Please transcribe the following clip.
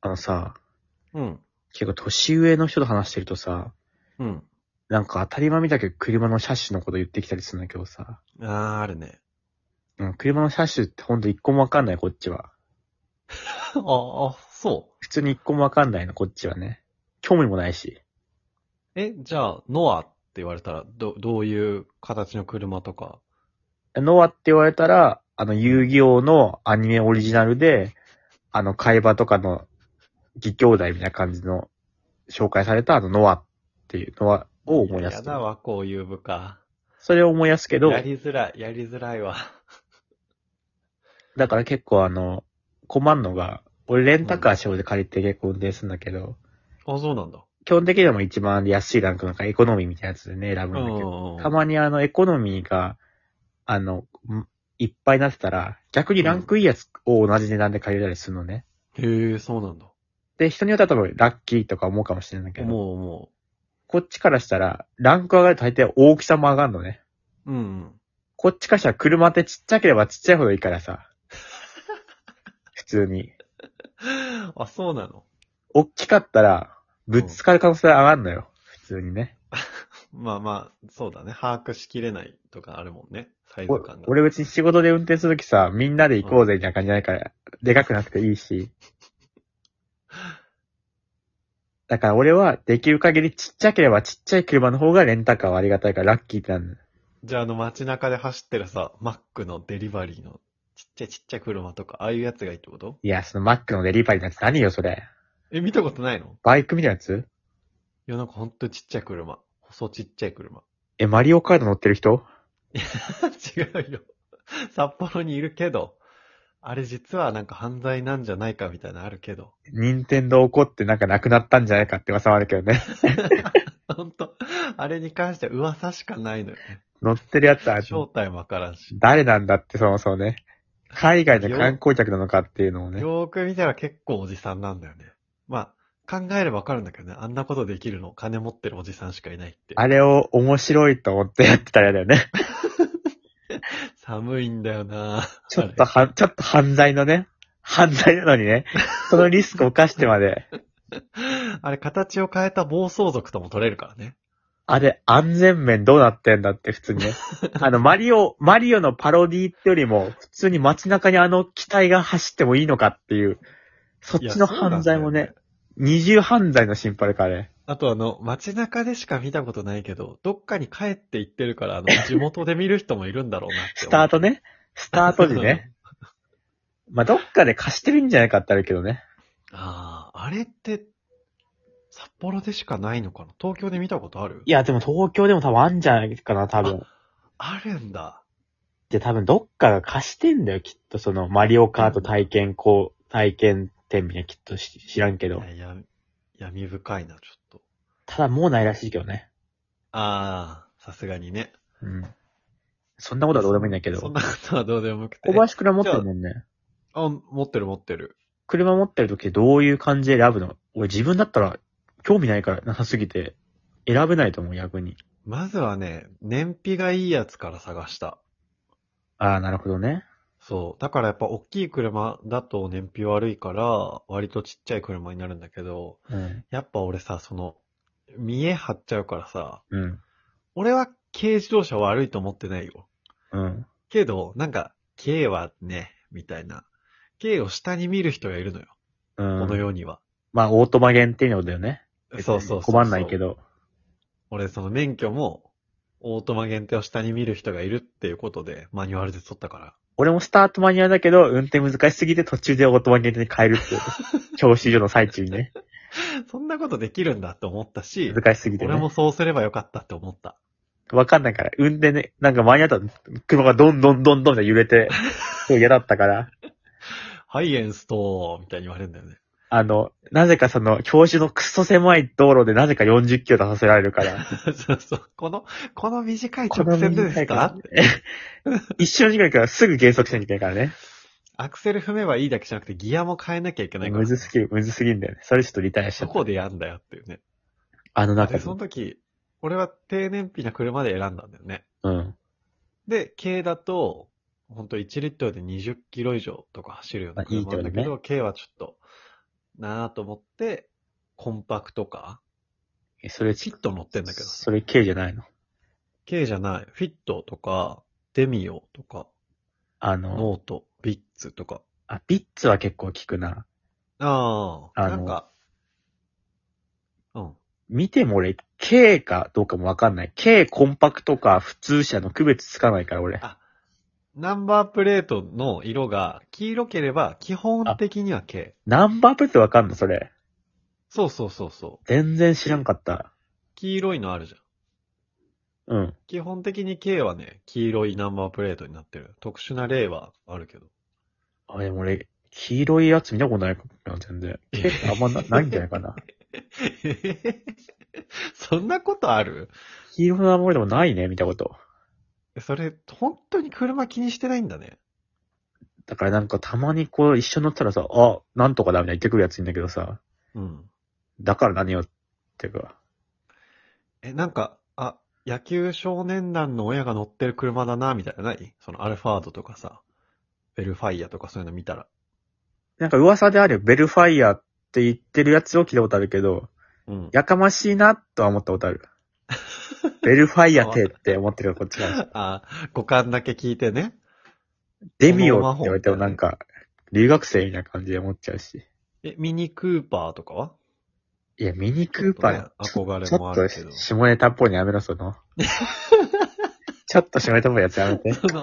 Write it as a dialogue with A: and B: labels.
A: あのさ、
B: うん。
A: 結構年上の人と話してるとさ、
B: うん。
A: なんか当たり前みたく車の車種のこと言ってきたりするんだけどさ、
B: ああ、あるね。
A: うん、車の車種ってほんと一個もわかんない、こっちは。
B: ああ、そ
A: 普通に一個もわかんないの、こっちはね。興味もないし。
B: う。え、じゃあ、ノアって言われたら、ど、どういう形の車とか。
A: ノアって言われたら、あの、遊戯王のアニメオリジナルで、あの、海馬とかの義兄弟みたいな感じの紹介されたあの、ノアっていうのは、を思い出
B: や
A: す。
B: だわ、こういう部下。
A: それを思い出すけど、
B: やりづらい、やりづらいわ。
A: だから結構あの、困んのが、俺レンタカー仕事で借りて結構運転するんだけど、
B: あ、そうなんだ。
A: 基本的にはもう一番安いランクのなんかエコノミーみたいなやつでね、選ぶんだけど、
B: うん。
A: たまにあのエコノミーが、あの、んいっぱいになってたら、逆にランクいいやつを同じ値段で借りたりするのね。
B: へえ、そうなんだ。
A: で、人によっては多分ラッキーとか思うかもしれないんだけど、
B: もう、も
A: こっちからしたら、ランク上がると大体大きさも上がるのね。
B: う。うん。
A: こっちからしたら車ってちっちゃければちっちゃいほどいいからさ。普通に。
B: あ、そうなの。
A: 大きかったら、ぶつかる可能性上がるのよ。普通にね。
B: まあまあ、そうだね。把握しきれないとかあるもんね。サイズ
A: お
B: 感が。
A: 俺別に仕事で運転するときさ、みんなで行こうぜみたいな感じじゃないから、でかくなくていいし。だから俺はできる限りちっちゃければちっちゃい車の方がレンタカーはありがたいからラッキーってなるの。
B: じゃあ、あの街中で走ってるさ、マックのデリバリーのちっちゃいちっちゃい車とか、ああいうやつがいいってこと
A: いや、そのマックのデリバリーなんて何よそれ。
B: え、見たことないの
A: バイクみたいなやつ
B: いや、なんかほんとちっちゃい車。細ちっちゃい車。
A: え、マリオカード乗ってる人
B: 違うよ。札幌にいるけど、あれ実はなんか犯罪なんじゃないかみたいなのあるけど。
A: ニンテンドー怒ってなんかなくなったんじゃないかって噂もあるけどね。
B: ほんと、あれに関しては噂しかないのよね。
A: 乗ってるやつは
B: 正体もわからんし。
A: 誰なんだってそもそもね。海外の観光客なのかっていうのをね。
B: よーく見たら結構おじさんなんだよね。まあ、考えればわかるんだけどね。あんなことできるの、金持ってるおじさんしかいないって。
A: あれを面白いと思ってやってたら嫌だよ ね。
B: 寒いんだよな
A: ちょっとは、ちょっと犯罪のね、犯罪なのにね、そのリスクを犯してま で、
B: あれ、形を変えた暴走族とも取れるからね。
A: あれ、安全面どうなってんだって普通にね。あの、マリオ、マリオのパロディってよりも、普通に街中にあの機体が走ってもいいのかっていう、そっ
B: いや
A: ちの犯罪も。
B: そうなんだよ
A: ね、二重犯罪の心配か、あれ。
B: あとあの、街中でしか見たことないけど、どっかに帰って行ってるから、あの、 地元で見る人もいるんだろうなって
A: スタートね。スタート時 ね。。まあ、どっかで貸してるんじゃないかってあるけどね。
B: ああ、あれって、札幌でしかないのかな東京で見たことある
A: いや、でも東京でも多分あんじゃないかな、多分。
B: あるんだ。
A: で、多分どっかが貸してんだよ、きっと。その、マリオカート体験、こう、体験店みたいなきっとし知らんけ
B: い
A: ど
B: や。や闇深いな、ちょっと。
A: ただもうないらしいけどね。
B: ああ、さすがにね。
A: うん。そんなことはどうでもいいんだけ
B: そん
A: ど。
B: なことはどうでもよくて
A: 小。林くんは持ってるもんね。
B: あ、持ってる持ってる。
A: 車持ってる時どういう感じで選ぶの俺自分だったら興味ないからなさすぎて選べないと思う、逆に。
B: まずはね、燃費がいいやつから探した。
A: ああ、なるほどね。
B: そう。だからやっぱ大きい車だと燃費悪いから、割とちっちゃい車になるんだけど、
A: うん。
B: やっぱ俺さ、その、見え張っちゃうからさ、
A: うん。
B: 俺は軽自動車悪いと思ってないよ。
A: うん。
B: けど、なんか、軽はね、みたいな。軽を下に見る人がいるのよ。
A: う
B: この
A: ん。
B: 世には。
A: まあ、オートマ限定のだよね。
B: そうそうそうそう。
A: 困んないけ
B: ど。
A: ど。
B: 俺その免許も、オートマ限定を下に見る人がいるっていうことで、マニュアルで取ったから。
A: 俺もスタートマニアだけど、運転難しすぎて途中でオートマ限定に変えるっていう。教習所の最中にね。
B: そんなことできるんだって思ったし、
A: 難しすぎて
B: 俺
A: ね
B: も。そうすればよかったって思った。
A: わかんないから。運転ね、なんかマニアだと車がどんどんどんどんって揺れて、すごい嫌だったから。
B: はい、エンストーみたいに言われるんだよね。
A: あの、なぜかその、教習のくっそ狭い道路でなぜか40キロ出させられるから。
B: そうそう。この、この短い
A: こ
B: 直
A: の
B: 線でで
A: 短
B: す
A: い
B: か
A: からね一瞬時間からすぐ減速しなきゃいけないからね。
B: アクセル踏めばいいだけじゃなくてギアも変えなきゃいけないから。
A: むずすぎる、むずすぎんだよね。それちょっとリタイアしちゃ
B: ど
A: っ
B: こ
A: た。
B: でやんだよっていうね。
A: あの中
B: で、
A: で
B: そ。の時、俺は低燃費な車で選んだんだよね。
A: うん。
B: で、軽だと、ほんと1リットルで20キロ以上とか走るような
A: まあいい
B: 車
A: けど
B: な
A: ね
B: んだけど、軽はちょっと、なぁと思って、コンパクトか
A: えそれ、
B: フィット乗ってんだけど。
A: それ K じゃないの
B: K じゃない。フィットとか、デミオとか、
A: あの、
B: ノート、ビッツとか。
A: あ、ビッツは結構効くな。
B: ああ、
A: あの
B: なんか、うん。
A: 見ても俺、K かどうかもわかんない。K コンパクトか普通車の区別つかないから俺。
B: あナンバープレートの色が黄色ければ基本的には K。
A: ナンバープレートわかんのそれ。
B: そうそうそうそう。
A: 全然知らんかった。
B: 黄色いのあるじゃん。
A: うん。
B: 基本的に K はね、黄色いナンバープレートになってる。特殊な例はあるけど。
A: あ、でも俺、黄色いやつ見たことないかも、全然。K ってあんまなないんじゃないかな。
B: そんなことある
A: 黄色のナンバープレートもないね、見たこと。
B: それ、本当に車気にしてないんだね。
A: だからなんかたまにこう一緒に乗ったらさ、あ、なんとかだみたいな言ってくるやついんだけどさ、
B: うん。
A: だから何よっていうか、
B: え、なんか、あ、野球少年団の親が乗ってる車だな、みたいな、ないそのアルファードとかさ、ベルファイアとかそういうの見たら。
A: なんか噂であるベルファイアって言ってるやつを聞いたことあるけど、
B: うん。
A: やかましいなとは思ったこと ある。ベルファイアってって思ってるからこっちが。
B: あ、五感だけ聞いてね。
A: デミオって言われてもなんか、留学生みたいな感じで思っちゃうし。
B: え、ミニクーパーとかはい
A: や、ミニクーパーや。
B: ちょっとね
A: ちょ
B: 憧れもあ
A: ちょ
B: る
A: っ
B: けど
A: と、 下ネタっぽいのやめろ、その。ちょっと下ネタっぽいやつやめて。
B: その、